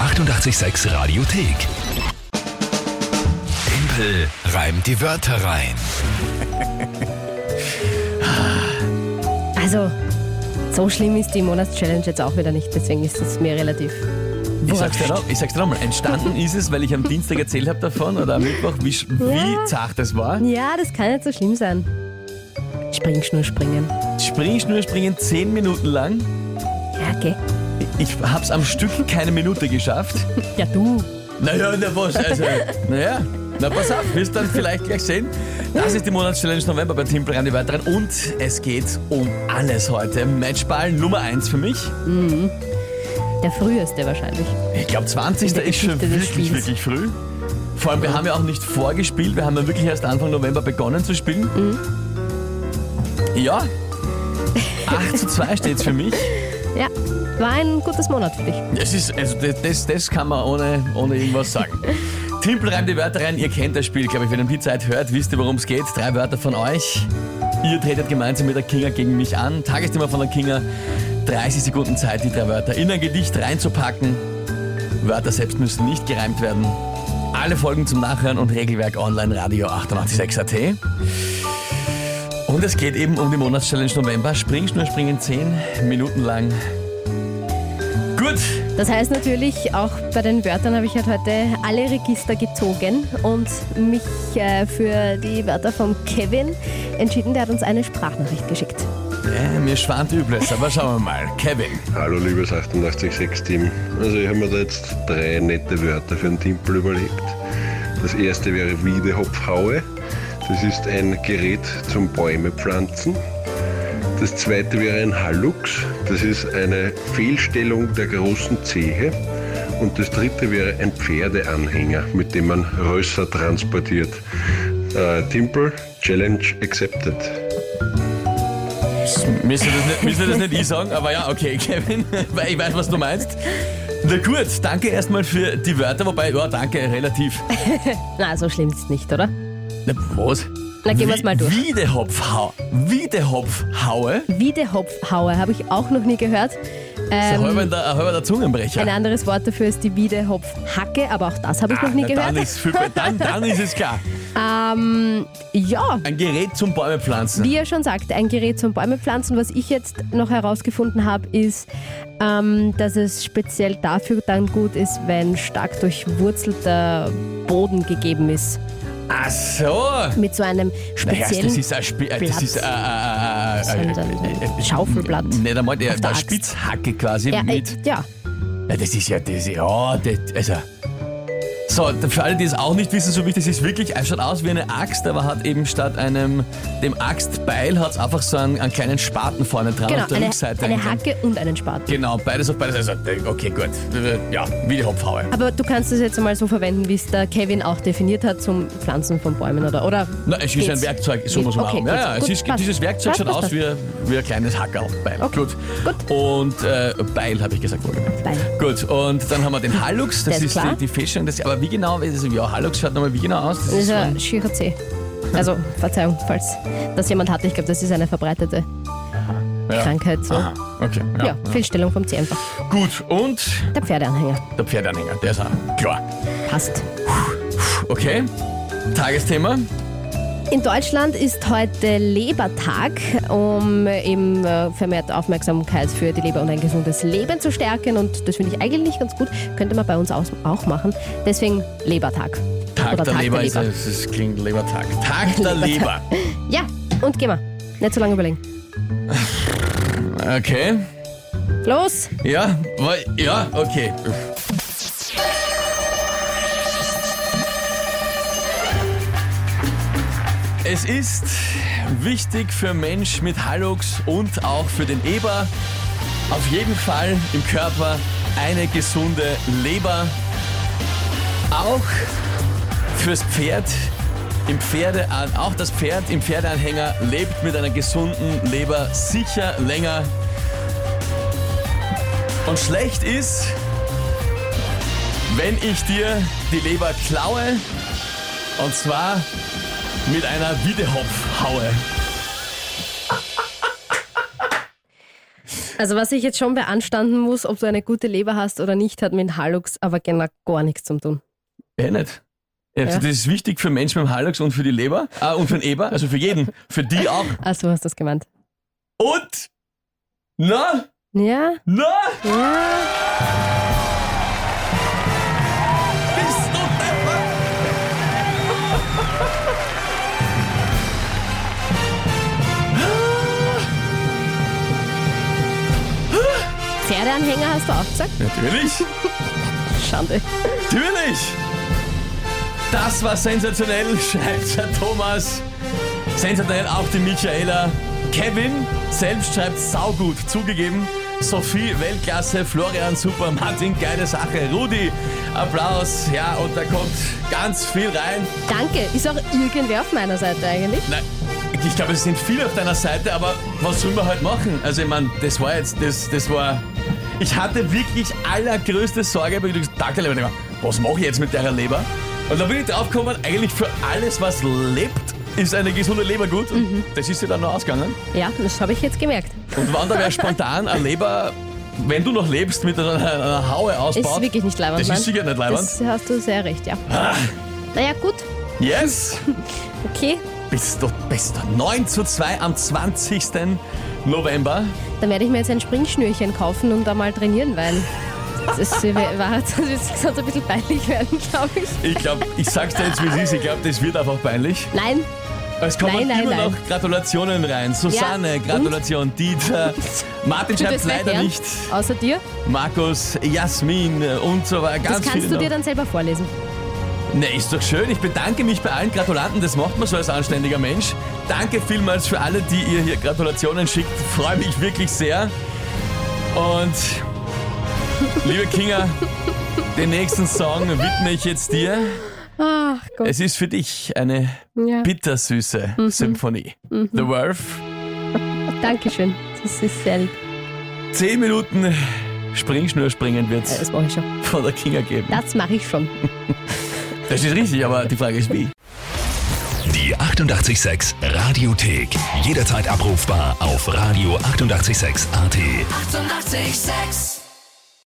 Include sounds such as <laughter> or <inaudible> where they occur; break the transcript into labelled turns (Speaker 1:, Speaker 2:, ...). Speaker 1: 886 Radiothek. Tempel reimt die Wörter rein.
Speaker 2: Also, so schlimm ist die Monatschallenge jetzt auch wieder nicht, deswegen ist es mir relativ.
Speaker 3: Ich
Speaker 2: wurscht.
Speaker 3: sag's, dir noch, ich sag's dir nochmal, entstanden ist es, weil ich am Dienstag erzählt habe davon oder am Mittwoch, wie, sch- wie
Speaker 2: Ja.
Speaker 3: zart es war.
Speaker 2: Ja, das kann nicht so schlimm sein. Springschnur springen.
Speaker 3: Springschnur springen 10 Minuten lang.
Speaker 2: Ja, okay.
Speaker 3: Ich hab's am Stück keine Minute geschafft.
Speaker 2: Ja, du.
Speaker 3: Naja, na was, also, naja. Na pass auf, wirst dann vielleicht gleich sehen. Das ist die Monatschallenge November bei Timpel an die weiteren. Und es geht um alles heute. Matchball Nummer 1 für mich.
Speaker 2: Der früheste wahrscheinlich.
Speaker 3: Ich glaube, 20.
Speaker 2: In der
Speaker 3: ist schon
Speaker 2: Geschichte des
Speaker 3: wirklich,
Speaker 2: Spiels.
Speaker 3: wirklich früh. Vor allem, wir haben ja auch nicht vorgespielt, wir haben ja wirklich erst Anfang November begonnen zu spielen.
Speaker 2: Mhm.
Speaker 3: Ja, 8 zu 2 steht es für mich.
Speaker 2: Ja, war ein gutes Monat für dich.
Speaker 3: Das ist, also das, das, das kann man ohne, ohne irgendwas sagen. Timpel reimt die Wörter rein, ihr kennt das Spiel, glaube ich, wenn ihr die Zeit hört, wisst ihr, worum es geht. Drei Wörter von euch. Ihr tretet gemeinsam mit der Kinga gegen mich an. Tagesthema von der Kinga. 30 Sekunden Zeit, die drei Wörter in ein Gedicht reinzupacken. Wörter selbst müssen nicht gereimt werden. Alle Folgen zum Nachhören und Regelwerk online Radio 886.at. Und es geht eben um die Monatschallenge November. Springschnur springen 10 Minuten lang. Gut,
Speaker 2: Das heißt natürlich, auch bei den Wörtern habe ich halt heute alle Register gezogen und mich äh, für die Wörter von Kevin entschieden. Der hat uns eine Sprachnachricht geschickt.
Speaker 3: Äh, mir schwant Übles, aber schauen wir mal. Kevin.
Speaker 4: Hallo liebes 886-Team. Also ich habe mir da jetzt drei nette Wörter für den Timpel überlegt. Das erste wäre Wiedehopfhaue. Das ist ein Gerät zum Bäume pflanzen. Das zweite wäre ein Hallux. Das ist eine Fehlstellung der großen Zehe. Und das dritte wäre ein Pferdeanhänger, mit dem man Rösser transportiert. Äh, Timpel, Challenge accepted.
Speaker 3: Müssen wir das nicht, müssen wir das nicht ich sagen, aber ja, okay, <laughs> Kevin, weil ich weiß, was du meinst. Na gut, danke erstmal für die Wörter, wobei, ja, danke, relativ.
Speaker 2: Na, so schlimm ist es nicht, oder?
Speaker 3: Na, was?
Speaker 2: Na, gehen wir's mal durch.
Speaker 3: Wiedehopfhaue. Wiedehopfhaue?
Speaker 2: Wiedehopfhaue habe ich auch noch nie gehört.
Speaker 3: Ähm,
Speaker 2: Ähm,
Speaker 3: halber der, ein halber der Zungenbrecher.
Speaker 2: Ein anderes Wort dafür ist die Wiedehopfhacke, aber auch das habe ich
Speaker 3: Ah,
Speaker 2: noch nie
Speaker 3: na,
Speaker 2: gehört.
Speaker 3: Dann ist, viel be- dann, dann ist es klar.
Speaker 2: Ähm, ja,
Speaker 3: Ein Gerät zum Bäume pflanzen.
Speaker 2: wie er schon sagt, ein Gerät zum Bäume pflanzen. Was ich jetzt noch herausgefunden habe, ist, ähm, dass es speziell dafür dann gut ist, wenn stark durchwurzelter Boden gegeben ist.
Speaker 3: Ach so.
Speaker 2: Mit so einem
Speaker 3: Naja, das
Speaker 2: speziellen.
Speaker 3: ist ein Spiel. Das
Speaker 2: Platz.
Speaker 3: ist äh, ein-
Speaker 2: So
Speaker 3: ein- ein-
Speaker 2: ein-
Speaker 3: ein- ein-
Speaker 2: ein Schaufelblatt.
Speaker 3: äh, Nicht einmal der,
Speaker 2: auf der
Speaker 3: der
Speaker 2: Axt.
Speaker 3: Spitzhacke quasi
Speaker 2: Ja, äh,
Speaker 3: äh, mit.
Speaker 2: ja,
Speaker 3: Ja, das ist ja, das, ja, das, also. So, für alle, die es auch nicht wissen, so wie ich das ist wirklich, es schaut aus wie eine Axt, aber hat eben statt einem, dem Axtbeil, hat es einfach so einen, einen kleinen Spaten vorne dran
Speaker 2: genau.
Speaker 3: auf der
Speaker 2: Eine,
Speaker 3: Rückseite.
Speaker 2: eine
Speaker 3: einen-
Speaker 2: Hacke und einen Spaten.
Speaker 3: Genau, beides auf beides. Also, okay, gut. Ja, wie die Hopfhaue.
Speaker 2: Aber du kannst es jetzt mal so verwenden, wie es der Kevin auch definiert hat, zum Pflanzen von Bäumen, oder? oder
Speaker 3: Na, es ist
Speaker 2: geht's?
Speaker 3: ein Werkzeug, so
Speaker 2: Geht-
Speaker 3: muss man
Speaker 2: okay,
Speaker 3: machen.
Speaker 2: gut,
Speaker 3: Ja, ja, es
Speaker 2: gut,
Speaker 3: ist,
Speaker 2: passt.
Speaker 3: dieses Werkzeug
Speaker 2: Passt,
Speaker 3: schaut
Speaker 2: passt,
Speaker 3: aus
Speaker 2: passt.
Speaker 3: wie, ein- wie ein kleines Hackerbeil.
Speaker 2: Okay,
Speaker 3: Gut.
Speaker 2: gut.
Speaker 3: Und äh, Beil habe ich gesagt, wohlgemerkt.
Speaker 2: Beil.
Speaker 3: Gut, und dann haben wir den Hallux, das
Speaker 2: Der ist
Speaker 3: ist die,
Speaker 2: klar.
Speaker 3: die Feststellung. Das, aber wie genau, also, ja, Hallux schaut nochmal wie genau aus? Das
Speaker 2: Das ist
Speaker 3: so
Speaker 2: ein schierer Zeh. Also, Verzeihung, falls das jemand hatte, ich glaube, das ist eine verbreitete
Speaker 3: Ja.
Speaker 2: Krankheit. So.
Speaker 3: Aha, okay. Ja.
Speaker 2: Ja, Fehlstellung vom Zeh einfach.
Speaker 3: Gut, und
Speaker 2: Der Pferdeanhänger.
Speaker 3: der Pferdeanhänger, der ist auch klar.
Speaker 2: Passt.
Speaker 3: Okay, Tagesthema.
Speaker 2: In Deutschland ist heute Lebertag, um eben äh, vermehrt Aufmerksamkeit für die Leber und ein gesundes Leben zu stärken. Und das finde ich eigentlich ganz gut. Könnte man bei uns aus- auch machen. Deswegen Lebertag.
Speaker 3: Tag
Speaker 2: Oder
Speaker 3: der
Speaker 2: Tag
Speaker 3: Leber,
Speaker 2: der
Speaker 3: ist- äh,
Speaker 2: Leber.
Speaker 3: Es, es klingt Lebertag. Tag der Leber.
Speaker 2: Ja, und gehen wir. Nicht so lange überlegen.
Speaker 3: Okay,
Speaker 2: Los!
Speaker 3: ja, weil- ja, okay. Es ist wichtig für Mensch mit Hallux und auch für den Eber. Auf jeden Fall im Körper eine gesunde Leber. Auch fürs Pferd im Pferde auch das Pferd im Pferdeanhänger lebt mit einer gesunden Leber sicher länger. Und schlecht ist, wenn ich dir die Leber klaue und zwar mit einer Wiedehopfhaue.
Speaker 2: Also was ich jetzt schon beanstanden muss, ob du eine gute Leber hast oder nicht, hat mit Hallux aber genau gar nichts zu tun.
Speaker 3: Ja, nicht. Ja, also
Speaker 2: Ja.
Speaker 3: Das ist wichtig für Menschen mit dem Hallux und für die Leber. Ah, und für den Eber, also für jeden. Für die auch.
Speaker 2: Ach, so hast Also, du das gemeint.
Speaker 3: Und? Na?
Speaker 2: Ja,
Speaker 3: Na?
Speaker 2: ja.
Speaker 3: Bist du deppert?
Speaker 2: Pferdeanhänger hast du auch gesagt?
Speaker 3: Natürlich.
Speaker 2: Schande.
Speaker 3: Natürlich! Das war sensationell, <laughs> schreibt der Thomas. Sensationell auch die Michaela. Kevin selbst schreibt saugut, zugegeben. Sophie, Weltklasse, Florian, super, Martin, geile Sache. Rudi, Applaus, ja, und da kommt ganz viel rein.
Speaker 2: Danke. Ist auch irgendwer auf meiner Seite eigentlich?
Speaker 3: Nein, ich glaube, es sind viele auf deiner Seite, aber was sollen wir halt machen? Also, ich meine, das war jetzt, das, das war. Ich hatte wirklich allergrößte Sorge bei diesem Tag der Leber. Ich dachte mir, Was mache ich jetzt mit der Leber? Und da bin ich draufgekommen, eigentlich für alles, was lebt, ist eine gesunde Leber gut. Und
Speaker 2: Mhm.
Speaker 3: das ist ja dann noch ausgegangen.
Speaker 2: Ja, das habe ich jetzt gemerkt.
Speaker 3: Und wann da wäre spontan eine Leber, wenn du noch lebst, mit einer, einer Haue
Speaker 2: Ist
Speaker 3: ausbaut.
Speaker 2: wirklich nicht leibend.
Speaker 3: Das ist sicher nicht leibend.
Speaker 2: Das hast du sehr recht, ja. Naja, gut.
Speaker 3: Yes!
Speaker 2: Okay.
Speaker 3: Bist du, bist du. 9 zu 2 am 20. November.
Speaker 2: Dann werde ich mir jetzt ein Springschnürchen kaufen und da mal trainieren, weil das äh, war jetzt insgesamt ein bisschen peinlich werden, glaube ich.
Speaker 3: Ich glaube, ich sag's dir jetzt, wie es ist. Ich glaube, das wird einfach peinlich.
Speaker 2: Nein,
Speaker 3: Es kommen
Speaker 2: Nein, nein,
Speaker 3: immer
Speaker 2: nein.
Speaker 3: noch Gratulationen rein. Susanne,
Speaker 2: Ja, und?
Speaker 3: Gratulation. Dieter, Martin
Speaker 2: tut
Speaker 3: schreibt's
Speaker 2: es gleich
Speaker 3: leider
Speaker 2: her.
Speaker 3: nicht.
Speaker 2: Außer dir.
Speaker 3: Markus, Jasmin und so weiter. Ganz
Speaker 2: Das kannst
Speaker 3: viele
Speaker 2: du dir
Speaker 3: noch.
Speaker 2: dann selber vorlesen.
Speaker 3: Ne, ist doch schön. Ich bedanke mich bei allen Gratulanten. Das macht man so als anständiger Mensch. Danke vielmals für alle, die ihr hier Gratulationen schickt. Freue mich wirklich sehr. Und liebe Kinga, den nächsten Song widme ich jetzt dir.
Speaker 2: Ach Gott.
Speaker 3: Es ist für dich eine
Speaker 2: Ja.
Speaker 3: bittersüße Symphonie. The Worth.
Speaker 2: Dankeschön. Das ist sehr lieb.
Speaker 3: Zehn Minuten Springschnur springen
Speaker 2: Äh,
Speaker 3: wird's
Speaker 2: Das mache ich schon.
Speaker 3: von der Kinga geben.
Speaker 2: Das mache ich schon.
Speaker 3: Das ist richtig, aber die Frage ist wie.
Speaker 1: Die 886 Radiothek. Jederzeit abrufbar auf radio886.at. 886!
Speaker 5: 886